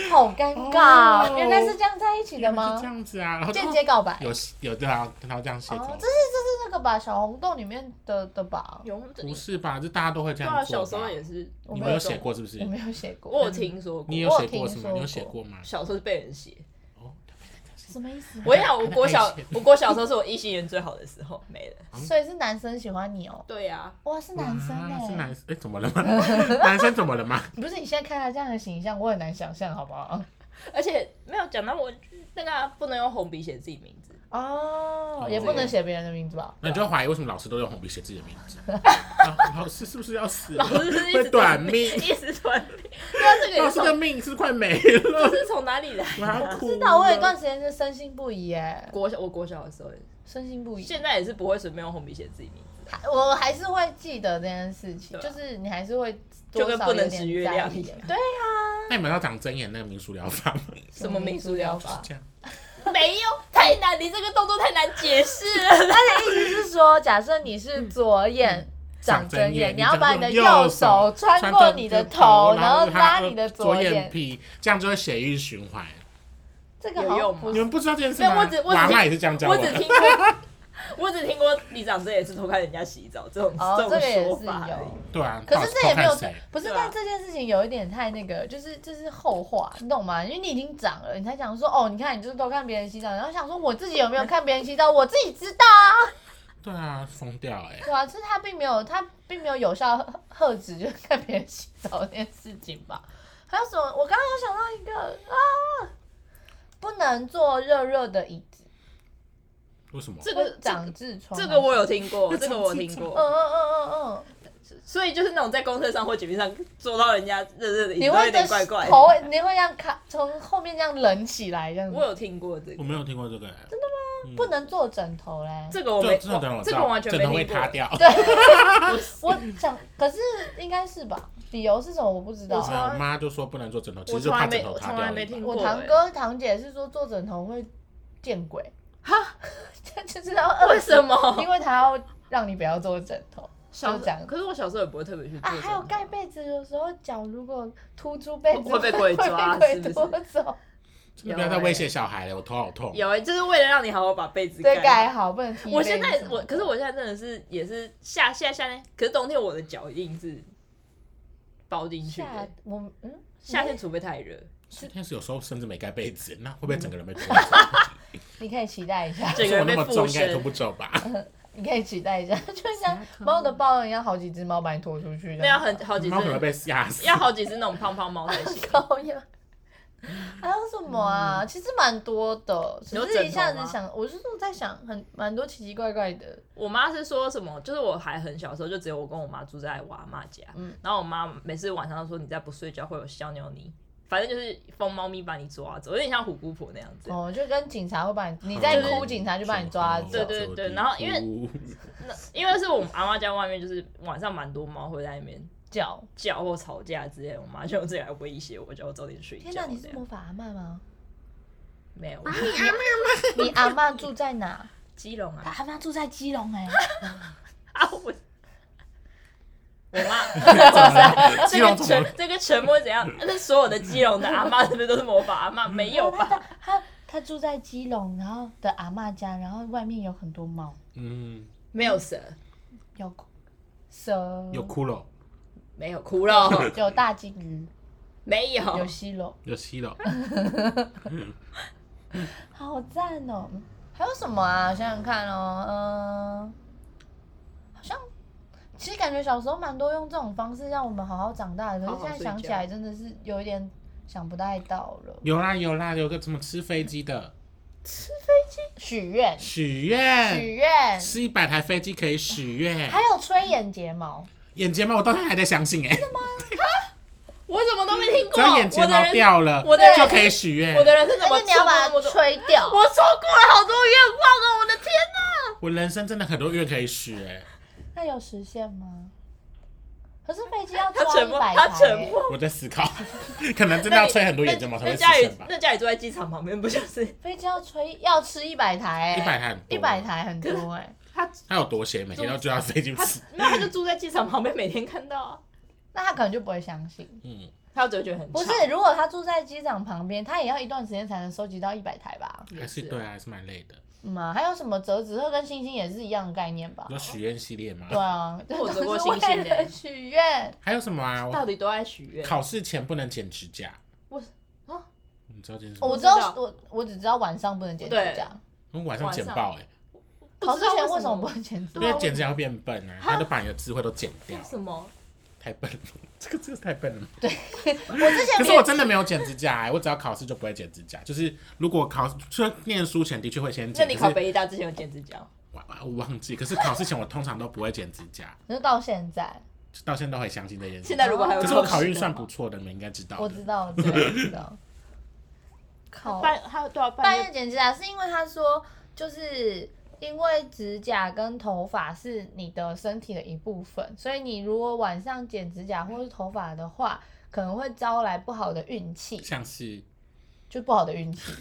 好尴尬，
哦
原来是这样在一起的
是
吗
这？样子啊，然后就
间接告白。
有有对啊，然后这样写
哦
走，
这，是这是那个吧，小红豆里面的的吧，
有
不是吧？这大家都会这
对
样
啊，
做吧。
小时候也是，
我
你
没
们
有
有
做
写过是不
我
是？
没有写过。
我有听说过
你，有
我
写
听
过是吗？
说
你有写
过
过吗？
小时候是被人写。
哦，
什么意思？
我 跟你讲，我国小
很爱写，
我国小时候是我异性缘最好的时候，没了。
所以是男生喜欢你哦？
对
啊
呀，
哇，是男生
哇
哎、
是男哎，怎么了吗？ 男生怎么了吗？
不是你现在看他这样的形象，我很难想象，好不好？
而且没有讲到我那个啊不能用红笔写自己名字，
哦
哦，
也不能写别人的名字吧？
那你就怀疑为什么老师都用红笔写自己的名字？啊老师是不是要死了？
老师 是一
会
直
短命，
一直短命。 对啊，这个
老
也
师
是
的
从
命是快没了，
这是从哪里来？啊
我还要哭了。知
那我有一
嗯
段时间是深信不疑哎，
国小我国小的时候也是，
深信不疑。啊
现在也是不会随便用红笔写自己名字，
我还是会记得这件事情，
对啊
就是你还是会
就跟不能
吃
指月亮一样。
对，
那你们要讲真言那个民俗疗法吗？
什么民俗疗
法
法？
这样，
没有，太难，你这个动作太难解释了。
就是说，假设你是
嗯
左眼。长
真
针眼，
眼，
你要把你的
右
右手穿过
过
你的头，然
然
后拉
它
你的
左
眼。
皮，这样就会血液循环。
这个好
有
像
用吗
不
你
是
们不知道这件事
哦没有
吗？
我只我只
阿嬷
听
也是这样教
我
的
只听过， 我只听过里长这也是偷看人家洗澡这种、
哦，这
种
个也
说
是
法欸而已。
有。
对啊，
可是这也没有
到底偷看谁，
不是，
对啊
但这件事情有一点太那个，就是这是后话，你懂吗？因为你已经长了，你才想说，哦，你看你就是都看别人洗澡，然后想说我自己有没有看别人洗澡，我自己知道啊，
对啊，疯掉哎、
对啊，就是他并没有，他并没有有效呵呵止就是看别人洗澡这件事情吧。还有什么？我刚刚有想到一个啊，不能坐热热的椅子，
为什么？
这个
会长痔疮啊。
这个我有 听过，这个我听
嗯，
过。
嗯嗯嗯嗯
所以就是那种在公车上或捷运上坐到人家热热的，
嗯，你
会
会
有
的
点怪怪的。
头会，你会这样卡，从后面这样冷起来这样子
我。有听过这
我
个，
没有听过这个、欸，真的
嗯
吗
不能做枕头嘞。
这个我没，
这种等我知
这
道
个我完全
枕头
没
会
听
塌
过。
掉。
我想，可是应该是吧？理由是什么我不知道啊
我。从来
我妈就说不能做枕头，其
我
实就
从
怕
来
枕
没，
头
我
塌
从
掉
来
而
没
已
听
吧。
过。
我堂
欸，
哥堂姐是说做枕头会见鬼哈， 就是要饿
为
死
什么
因为他要让你不要做枕头
小
就这样
可是我小时候也不会特别去做
啊。
这种。
还有盖被子，有时候脚如果突出被子
会被鬼抓
会被
是不
鬼
是
夺走。
真的不要再威胁小孩了，我头好痛。
欸有欸，就是为了让你好好把被子
对，
盖
盖
好。
好不能踢被子。
我现在我，可是我现在真的是也是夏现在夏天，可是冬天我的脚一定是包进去
夏
的。
我嗯
夏天除非太热，
夏天是有时候甚至没盖被
嗯
子，那会不会整个人被拖走？
你可以期待一下，
整
是
个
我
人
那
被
么
附
重，应该也
身
拖。不走 吧？
你可以期待一下， 就像猫的报恩一样，好几只猫把你拖出去。
那要很 好几
猫可能会
只，
被吓死。
要好几只那种胖胖猫才行。
高呀。还有什么啊？其实蛮多的，只
嗯有
是
枕
一下
头
子
吗
想，我就是在想很蛮多奇奇怪怪的。
我妈是说什么？就是我还很小的时候，就只有我跟我妈住在我阿妈家，
嗯
然后我妈每次晚上都说你再不睡觉会有小鸟你，反正就是疯猫咪把你抓走，有点像虎姑婆那样子。
哦，就跟警察会把你，你在哭，警察就把你抓走。
对对对然后因为 那因为是我阿妈家外面，就是晚上蛮多猫会在那边
叫。
叫或吵架之类的，我妈就用这个来威胁我，叫我早点睡觉
天
这
哪，
样。
你是魔法阿嬷吗？
没有
你阿嬷住在哪？
基隆啊
他妈住在基隆哎、
啊我。我妈，
后基
这个
隆怎么
沉这个沉默怎样？ 那所有的基隆的阿妈是不是都是魔法阿妈？没有吧？
他他住在基隆，然后的阿嬷家，然后外面有很多猫，
嗯
没有蛇，
有蛇，
有骷髅，
没有骷 髅，
有大金鱼，
没有
有西楼，
有西楼，
好赞哦！还有什么啊？想想看哦，嗯、好像其实感觉小时候蛮多用这种方式让我们好好长大的，可
好
是
好
现在想起来真的是有一点想不太到了。
有啦有啦，有个怎么吃飞机的
许愿，
许愿，
许愿，
吃一百台飞机可以许愿
还。有吹眼睫毛，
眼睫毛我到现在还在相信哎，
我怎么都没听
只
过？
要眼睫
我的
毛
人，
掉了
我的人
就可以许愿
我。的人是怎
但
么
是你要把
错过那
它
么多
吹掉。
我错过了好多愿望哦！我的天哪！
我人生真的很多愿可以许哎，
那有实现吗？可是飞机要
他
抓
沉
一
默，
百
他
台、
沉
欸，
默。
我在思 考，可能真的要吹很多眼睫毛才
那
会
那
实
家里
现吧。
那家里住在机场旁边，不就是
飞机要吹要吃一百台、欸，
一百台很多
一百台很多哎、欸
他
他有多闲，每天都就要飞机
他
吃。
没有他就住在机场旁边，每天看到啊，
那他可能就不会相信。
嗯，
他就觉得很
不是
吵，
如果他住在机场旁边，他也要一段时间才能收集到一百台吧？
也
还是
是
对啊，还是蛮累的。
嗯啊，还有什么折纸鹤跟星星也是一样的概念吧
有？许愿系列吗
对？啊，
我折 过
都是为
星星的
了许愿，
还有什么啊？
到
我
底都在许愿。
考试前不能剪指甲。
我啊
你知道这件事吗？
我
我
知
知
道
道
我我只知道晚上不能剪指甲，
晚上剪爆哎、
考试前为什么不
不
能剪指
因
甲？
为剪指甲会变笨啊，他就把你的智慧都剪掉
为，什么？
太笨了，这个真的是太 笨了。
我之前
可是我真的没有剪指甲、欸，我只要考试就不会剪指甲。就是如果考，虽然念书前的确会先
那
剪，
你
可
考
是
北医大之前有剪指甲吗？
我我忘记，可是考试前我通常都不会剪指甲，
可是到现在
就到现在都很相信这件事。
现在如果还有
可
考
是
试
我
的话，
考运算不错的，你们应该知道
我
的
知。道，我知道，我知道。考
半，还有多
啊
少
半
半
夜
夜？
剪指甲是因为他说，就是因为指甲跟头发是你的身体的一部分，所以你如果晚上剪指甲或是头发的话，可能会招来不好的运气，
像是
就不好的运气，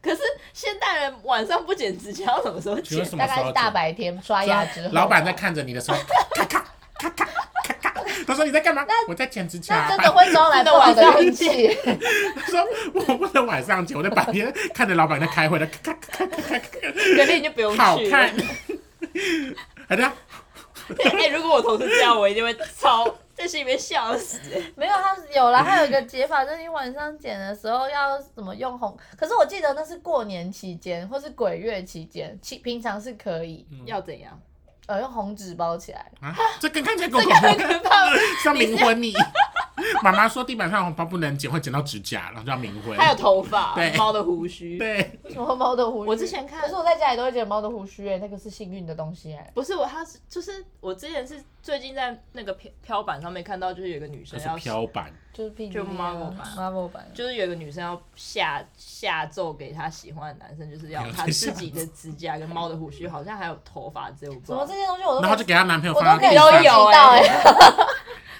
可是现代人晚上不剪指甲，要什么时候
请问
剪？
什么
大
时
概
候
是
剪？
大白天刷牙之后，
老板在看着你的时候，咔咔咔咔咔咔，他说你在干嘛？我在剪指甲。
真的会招来不好的运气。
他说我不能晚上剪，我在白天看着老板在开会的，咔咔咔咔咔咔，
隔天你就不用去了。
好看。好的，
哎、如果我同事这样，我一定会超在心里面笑死。
没有，他有了，还有一个解法，就是你晚上剪的时候要怎么用红。可是我记得那是过年期间或是鬼月期间，其平常是可以，
嗯
要怎样？
呃，用红纸包起来。
啊，这更看起来更恐怖，像冥婚你。妈妈说地板上红包不能剪，会剪到指甲，然后叫冥婚。
还有头发
对，
猫的胡须。
对，
为什么猫的胡须？
我之前看
可是我在家里都会剪猫的胡须、欸，那个是幸运的东西、欸，
不是我，他是就是我之前是最近在那个漂漂板上面看到，就是有一个女
这
生
是
要
飘板。
就是 P G
就
啊
Marvel 版
Marvel 版。
就是有一个女生要下下咒给她喜欢的男生，就是要她自己的指甲跟猫的胡须，好像还有头发之类，我不知
怎么
道
这。些东西我都
然后就给她男朋友
我
放
都
在
可以
地上
收集
啊
到哎、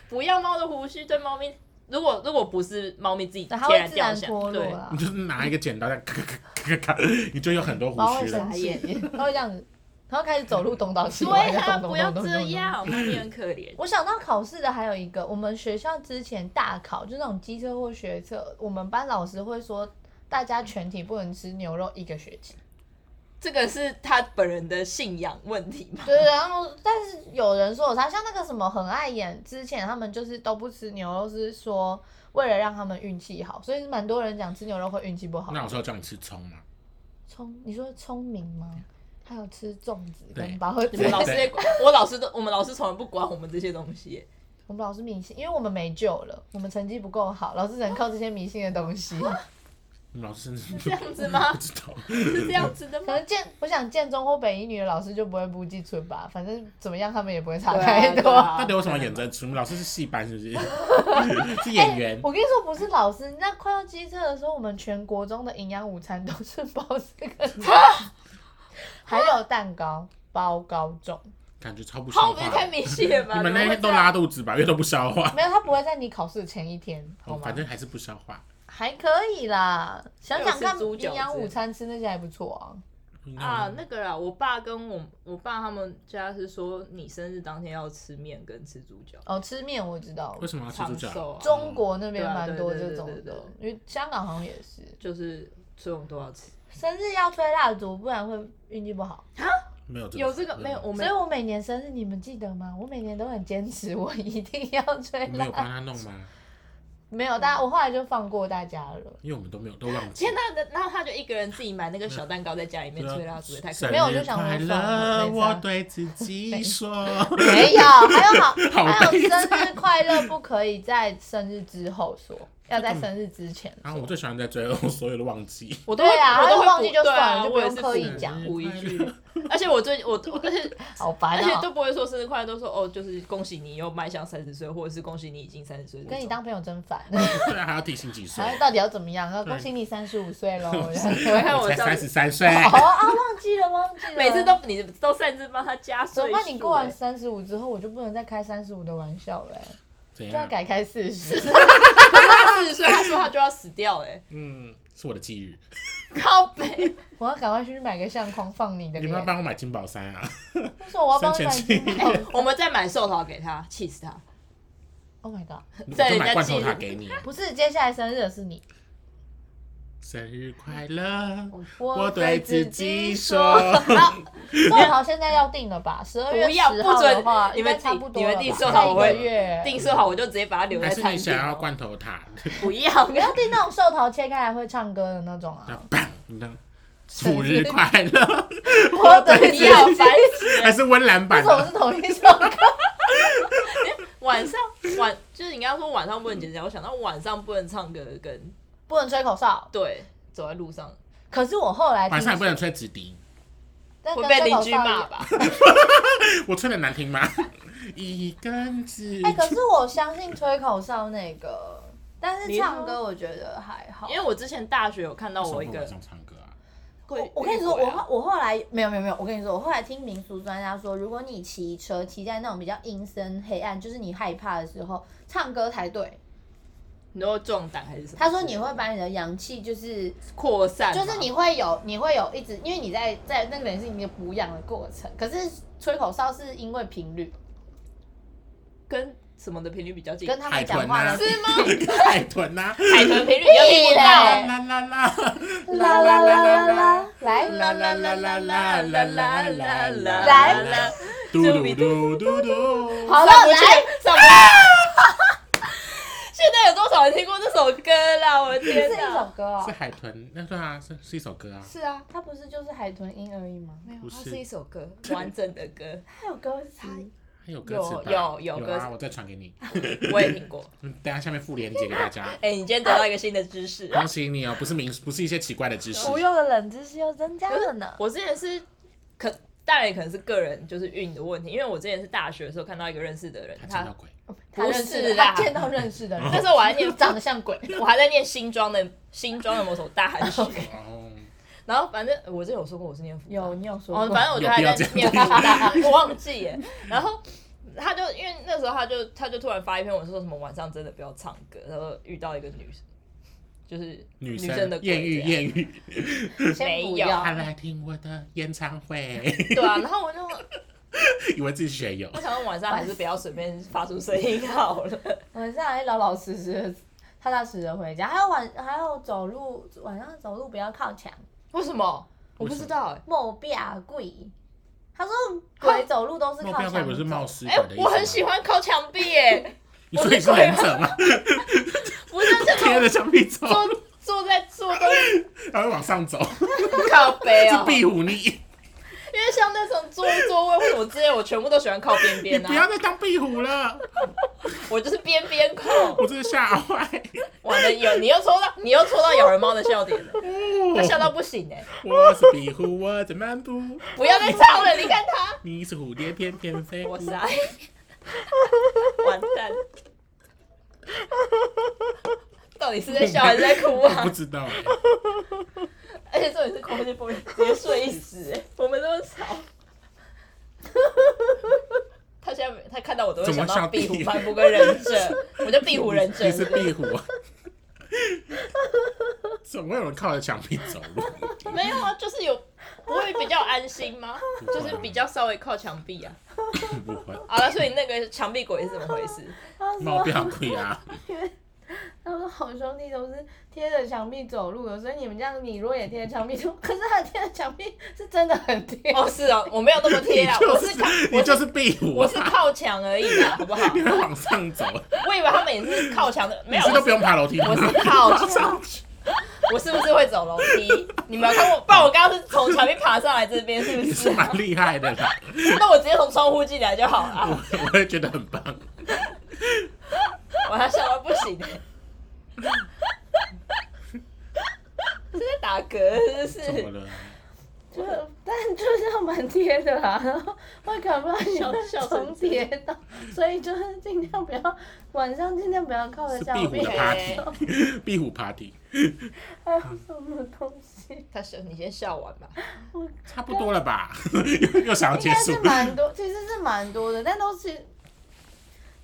不要猫的胡须对猫咪，如果如果不是猫咪自己
对它会
天然
自
掉
然
下
脱
来，
落啊
对，
啦
你。就是拿一个剪刀在咔咔咔咔咔，你就有很多
猫
胡
会
须了
生。气，它会这样子，它会开始走路东倒西歪
对，啊，
咚咚
不要
咚咚咚
这
咚。
样，猫咪很可怜。
我想到考试的还有一个，我们学校之前大考，就那种机车或学测，我们班老师会说，大家全体不能吃牛肉一个学期。
这个是他本人的信仰问题吗？
对，然后但是有人说我他像那个什么很爱演，之前他们就是都不吃牛肉，是说为了让他们运气好，所以蛮多人讲吃牛肉会运气不好。
那我说叫你吃葱嘛，
聪，你说聪明吗？还有吃粽子
对
跟包子
你，们老师也管，我老师都，我们老师从来不管我们这些东西耶。
我们老师迷信，因为我们没救了，我们成绩不够好，老师只能靠这些迷信的东西。
你们老师是
这样子吗
不知道。
是这样子的
可
吗？
能建，我想建中或北一女的老师就不会不记存吧，反正怎么样他们也不会差
对啊
太多。
对啊
到底为什么演这出？你们老师是戏班是 不是？是演员。
哎我跟你说，不是老师，那快要机测的时候，我们全国中的营养午餐都是包这个 菜，还有蛋糕包高粽。
感觉超不
好，
消
我们也
化。
太迷信了吧？
你们那
怎么会
天都
这样
拉肚子吧？因为都不消化。
没有，他不会在你考试的前一天， 好
哦，
嗯
吗？
反正还是不消化。
还可以啦，想想
还有吃
看，
猪脚
营养
之类
午
的
餐吃那些还不错啊。
啊，那个啦，我爸跟我我爸他们家是说，你生日当天要吃面跟吃猪脚，
哦，吃面我知道
为，什么要吃猪
长
脚？嗯
寿啊，
中国那边
对啊
蛮多
对对
这种
对对
的
对，
因为香港好像也是。
就是所以我们都要吃。
生日要吹蜡烛，不然会运气不好。
没有嗯
有这个没有？我
所以
们
我每年生日，你们记得吗？我每年都很坚持，我一定要吹
你们
蜡
有帮他弄吗？
没有，大家我后来就放过大家了。
因为我们都没有，都忘记
天。哪，那那他就一个人自己买那个小蛋糕在家里面
对啊
吹蜡烛，也太可
生日
怜
没有我就想说
快
算了
乐，
没差
我对自 己说。
没有，还有好，
好
还
悲
有生日快乐不可以在生日之后说，要在生日之前
然后啊
说。
我最喜欢在最后所有的忘记。
我都会
对啊
我都
他
会
就忘记
补
就
对啊
算了就不
我也
用
是
刻意
补
讲
补一句， 而且我最我我而且
好烦
而且都
啊！
不会说生日快乐，都说哦，就是恭喜你又迈向三十岁，或者是恭喜你已经三十岁。
跟你当朋友真烦。
对啊，还要提醒几岁
然？后到底要怎么样？要恭喜你三十五岁喽！
还
哦
有
我
我
才
上
三十三岁。
啊，忘记了，忘记了。
每次都你都擅自帮他加岁
怎
数、
么
欸。
办？你过完三十五之后，我就不能再开三十五的玩笑了欸，
怎
就要
样？
改开四十。
四十岁，他说他就要死掉 了欸，
嗯，是我的机遇。
靠北。
我要赶快去买个相框放你的
你
脸
们要。帮我买金宝山啊？
为什么我要帮你买哦
生前
金宝
我们再买寿桃给他，气死他。
？Oh my god！
我
在
就
人
买
家
罐
记
头塔
录
给你。啊
不是，接下来生日的是你。
生日快乐，
我
我对自己说。
寿桃现在要定了吧？十二月
不要
十
不
号的
准
话，
你
应该
们
差不
定
多
你
了吧
们定寿桃，我
下一个
会
月
定寿桃，我就直接把它留
还
在
是你
餐厅
想要
哦。
罐头塔？
不要
不，要订那种寿桃切开来会唱歌的那种
那
啊！
砰，你呢？生日快乐，
我 对
不要烦死了。
还是温岚
为
版
什么
的？
是同一首歌？
晚上晚就是你刚刚说晚上不能剪指甲，我想到晚上不能唱歌跟
不能吹口哨。
对走在路上
可是我后来
晚上
听
也不能吹直笛，
但
会
跟
被
吹
邻
口
居
哨
骂
一
吧？
我吹的难听吗？一根指
哎、可是我相信吹口哨那个，但是
你说
唱歌我觉得还好，
因为我之前大学有看到我一
晚
个
上唱歌啊，
我我跟你说，我
啊
后我后来没有没有没有，我跟你说，我后来听民俗专家说，如果你骑车骑在那种比较阴森黑暗，就是你害怕的时候，唱歌才对。
你都壮胆还是什么？
他说你会把你的阳气就是
扩散嘛，
就是你会有你会有一直，因为你在在那个人是你的补养的过程，可是吹口哨是因为频率。
跟什么的频率比较近，
跟他
海
们
豚
讲话
啊
的时候，
海豚呐，
海豚频率比较近
屁
的。
嘞
啦啦
啦啦啦啦
啦
啦，来，
啦啦啦啦啦啦啦啦啦，
来，
嘟嘟嘟嘟嘟，
好了，来，
上班。 现在有多少人听过这首歌啦？我的天
是一首
哪！
歌哦
是。海豚，那对啊，是是一首歌啊，
是啊，它不是就是海豚音而已吗？没有
不
它
是
是一首歌，完整的歌，
它有歌词。
它有歌词吧？
有有有歌
啊，
词
我再传给你，
我也听过。
嗯等一下下面附链接给大家。
哎，你今天得到一个新的 知识。
恭喜你哦，不是名，不是一些奇怪的知识。
无用的冷知识又增加了呢。
我之前是可，当然也可能是个人就是运的问题，因为我之前是大学的时候看到一个认识的人，
他见
他
到鬼，
他认识的
不是啦
他见到认识的人，
那
但
时
是
候我还念，
长得像鬼。
我还在念新庄的新庄的某所大 学，
哦，
然后反正我之前有说过我是念福大
有，你有说
哦，
过？
反正我就还在念复大，我忘记耶。然后他就因为那时候他就他就突然发一篇文说什么晚上真的不要唱歌，然后遇到一个女生，就是
女
生的
生艳遇，艳遇，
遇
先
没
不
有，
要
他来听我的演唱会，
对啊。然后我就
以为自己学友
我，想说晚上还是不要随便发出声音好了。
晚上呃啊还老老实实的、踏踏实实的回家，还有晚还有走路，晚上走路不要靠墙，
为什么？我
为
不
什么
知道欸
莫变鬼。他说鬼走路都是
莫
靠
标
墙
会不是
走
冒失
哎、
鬼的意思
我很喜
欢，
欢靠墙壁耶，
你说你是忍者吗？
不是这
贴
种
着墙壁走，
坐坐在坐都是
然后往上走，
靠 背
是
哦、
壁虎你，
因为像那种坐座位或者我之类，我全部都喜欢靠边
你
边
不
啊
要，再当壁虎了，
我就是边边控。
我真的吓坏，
完了，有你又戳到，你又戳到咬人猫的笑点了，
哦
他笑到不行哎、
我是壁虎，我在漫步，
不要再唱了，你看他，
你是蝴蝶翩翩飞舞
我，傻眼，完蛋， 到底是在笑还是在哭
我不
啊？
知道哎，
而且重点是空气崩直接睡死、欸，我们这么吵。他现在没他看到我都会想
怎么笑
到壁虎
壁、
帆布跟忍 者，我就壁虎忍者
你。是壁虎，怎么会有人靠着墙壁走路？
没有啊，就是有不会比较安心吗？
不会啊
就是比较稍微靠墙壁啊。
不会，
好了，所以那个墙壁鬼是怎么回事？
他 说
冒标鬼 啊，
他说好兄弟都是贴着墙壁走路的，所以你们这样你若也贴着墙壁走，可是他贴着墙壁是真的很贴。
哦，是哦，我没有那么贴啊，
你
我
就是
靠，
你
我是
就是壁虎
我是
啊，
靠墙而已啦，好不好？
你会往上走，
我以为他们也是靠墙的，没
每
有，
次
我
都不
是
用爬楼梯，
我是靠墙，
上去，
我是不是会走楼梯？你们有看我？不然我刚刚是从墙壁爬上来这边，是不
也是
是？
蛮厉害的啦，
那我直接从窗户进来就好
我
了。
我会觉得很棒。
我还笑到不行、欸。是在打嗝，是不
怎么
是？
了？
就但就是要蛮贴的啦，然后会感冒你
笑
会
笑
重
成
叠到，所以就是尽量不要晚上尽量不要靠着
是
墙
壁虎
壁
的。party，壁 虎 party，
还有什么东西？
他笑，你先笑完吧。
差不多了吧？又 又想要
应
结
该
束
是，蛮多，其实是蛮多的，但都是。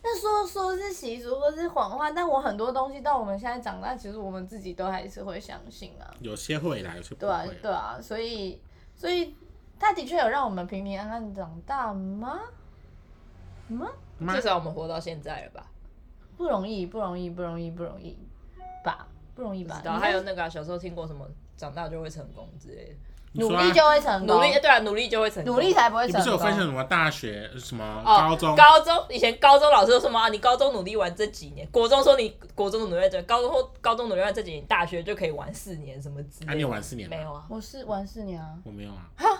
那说说是习俗或是谎话，但我很多东西到我们现在长大，其实我们自己都还是会相信啊。
有些会啦，有些不
对啊
会，。
对啊，所以所以他的确有让我们平平安安长大吗？吗？
妈
至少我们活到现在了吧？
不容易，不容易，不容易，不容易吧？不容易吧？
然后
你
还有那个啊、小时候听过什么“长大就会成功”之类的，
你
努
说啊
力就会成功，
努力对啊，努力就会成功。
努力才不会
你
成
不是有
功。
分享什么大学、什么
哦
高中？
高中以前高中老师都说什么、啊？你高中努力玩这几年，国中说你国中努力玩这，高中说高中努力玩这几年，大学就可以玩四年什么之
啊，
类
你有
的。
玩四年吗
没有？啊，
我是玩四年啊，
我没有啊。我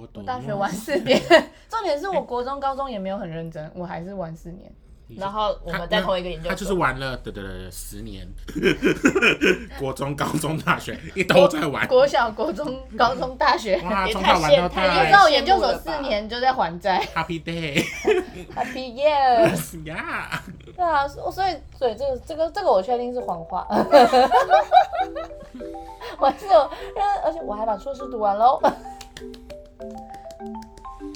我
懂。
大学
哦
玩四年， 重点是我国中、高中也没有很认真，我还是玩四年。
你是，
然后我们在同一个研究
他就是
所。
玩了对对对对十年， 国中、高中、大学一都在玩。
国小、国中、高中、大学，
哇，
也
从
太
小玩到
现太
那
太
时
大
候
羡
研究
慕
所
了
四
吧
年就在还债
，Happy Day，
，Happy Year。
呀，
对啊，所所以所以这个这个这个我确定是谎话， 我还是有，而且我还把硕士读完喽，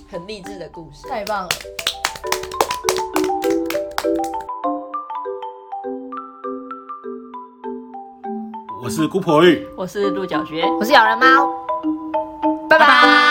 很励志的故事。
太棒了。
我是姑婆玉。
我是鹿角蕨。
我是咬人猫，拜拜。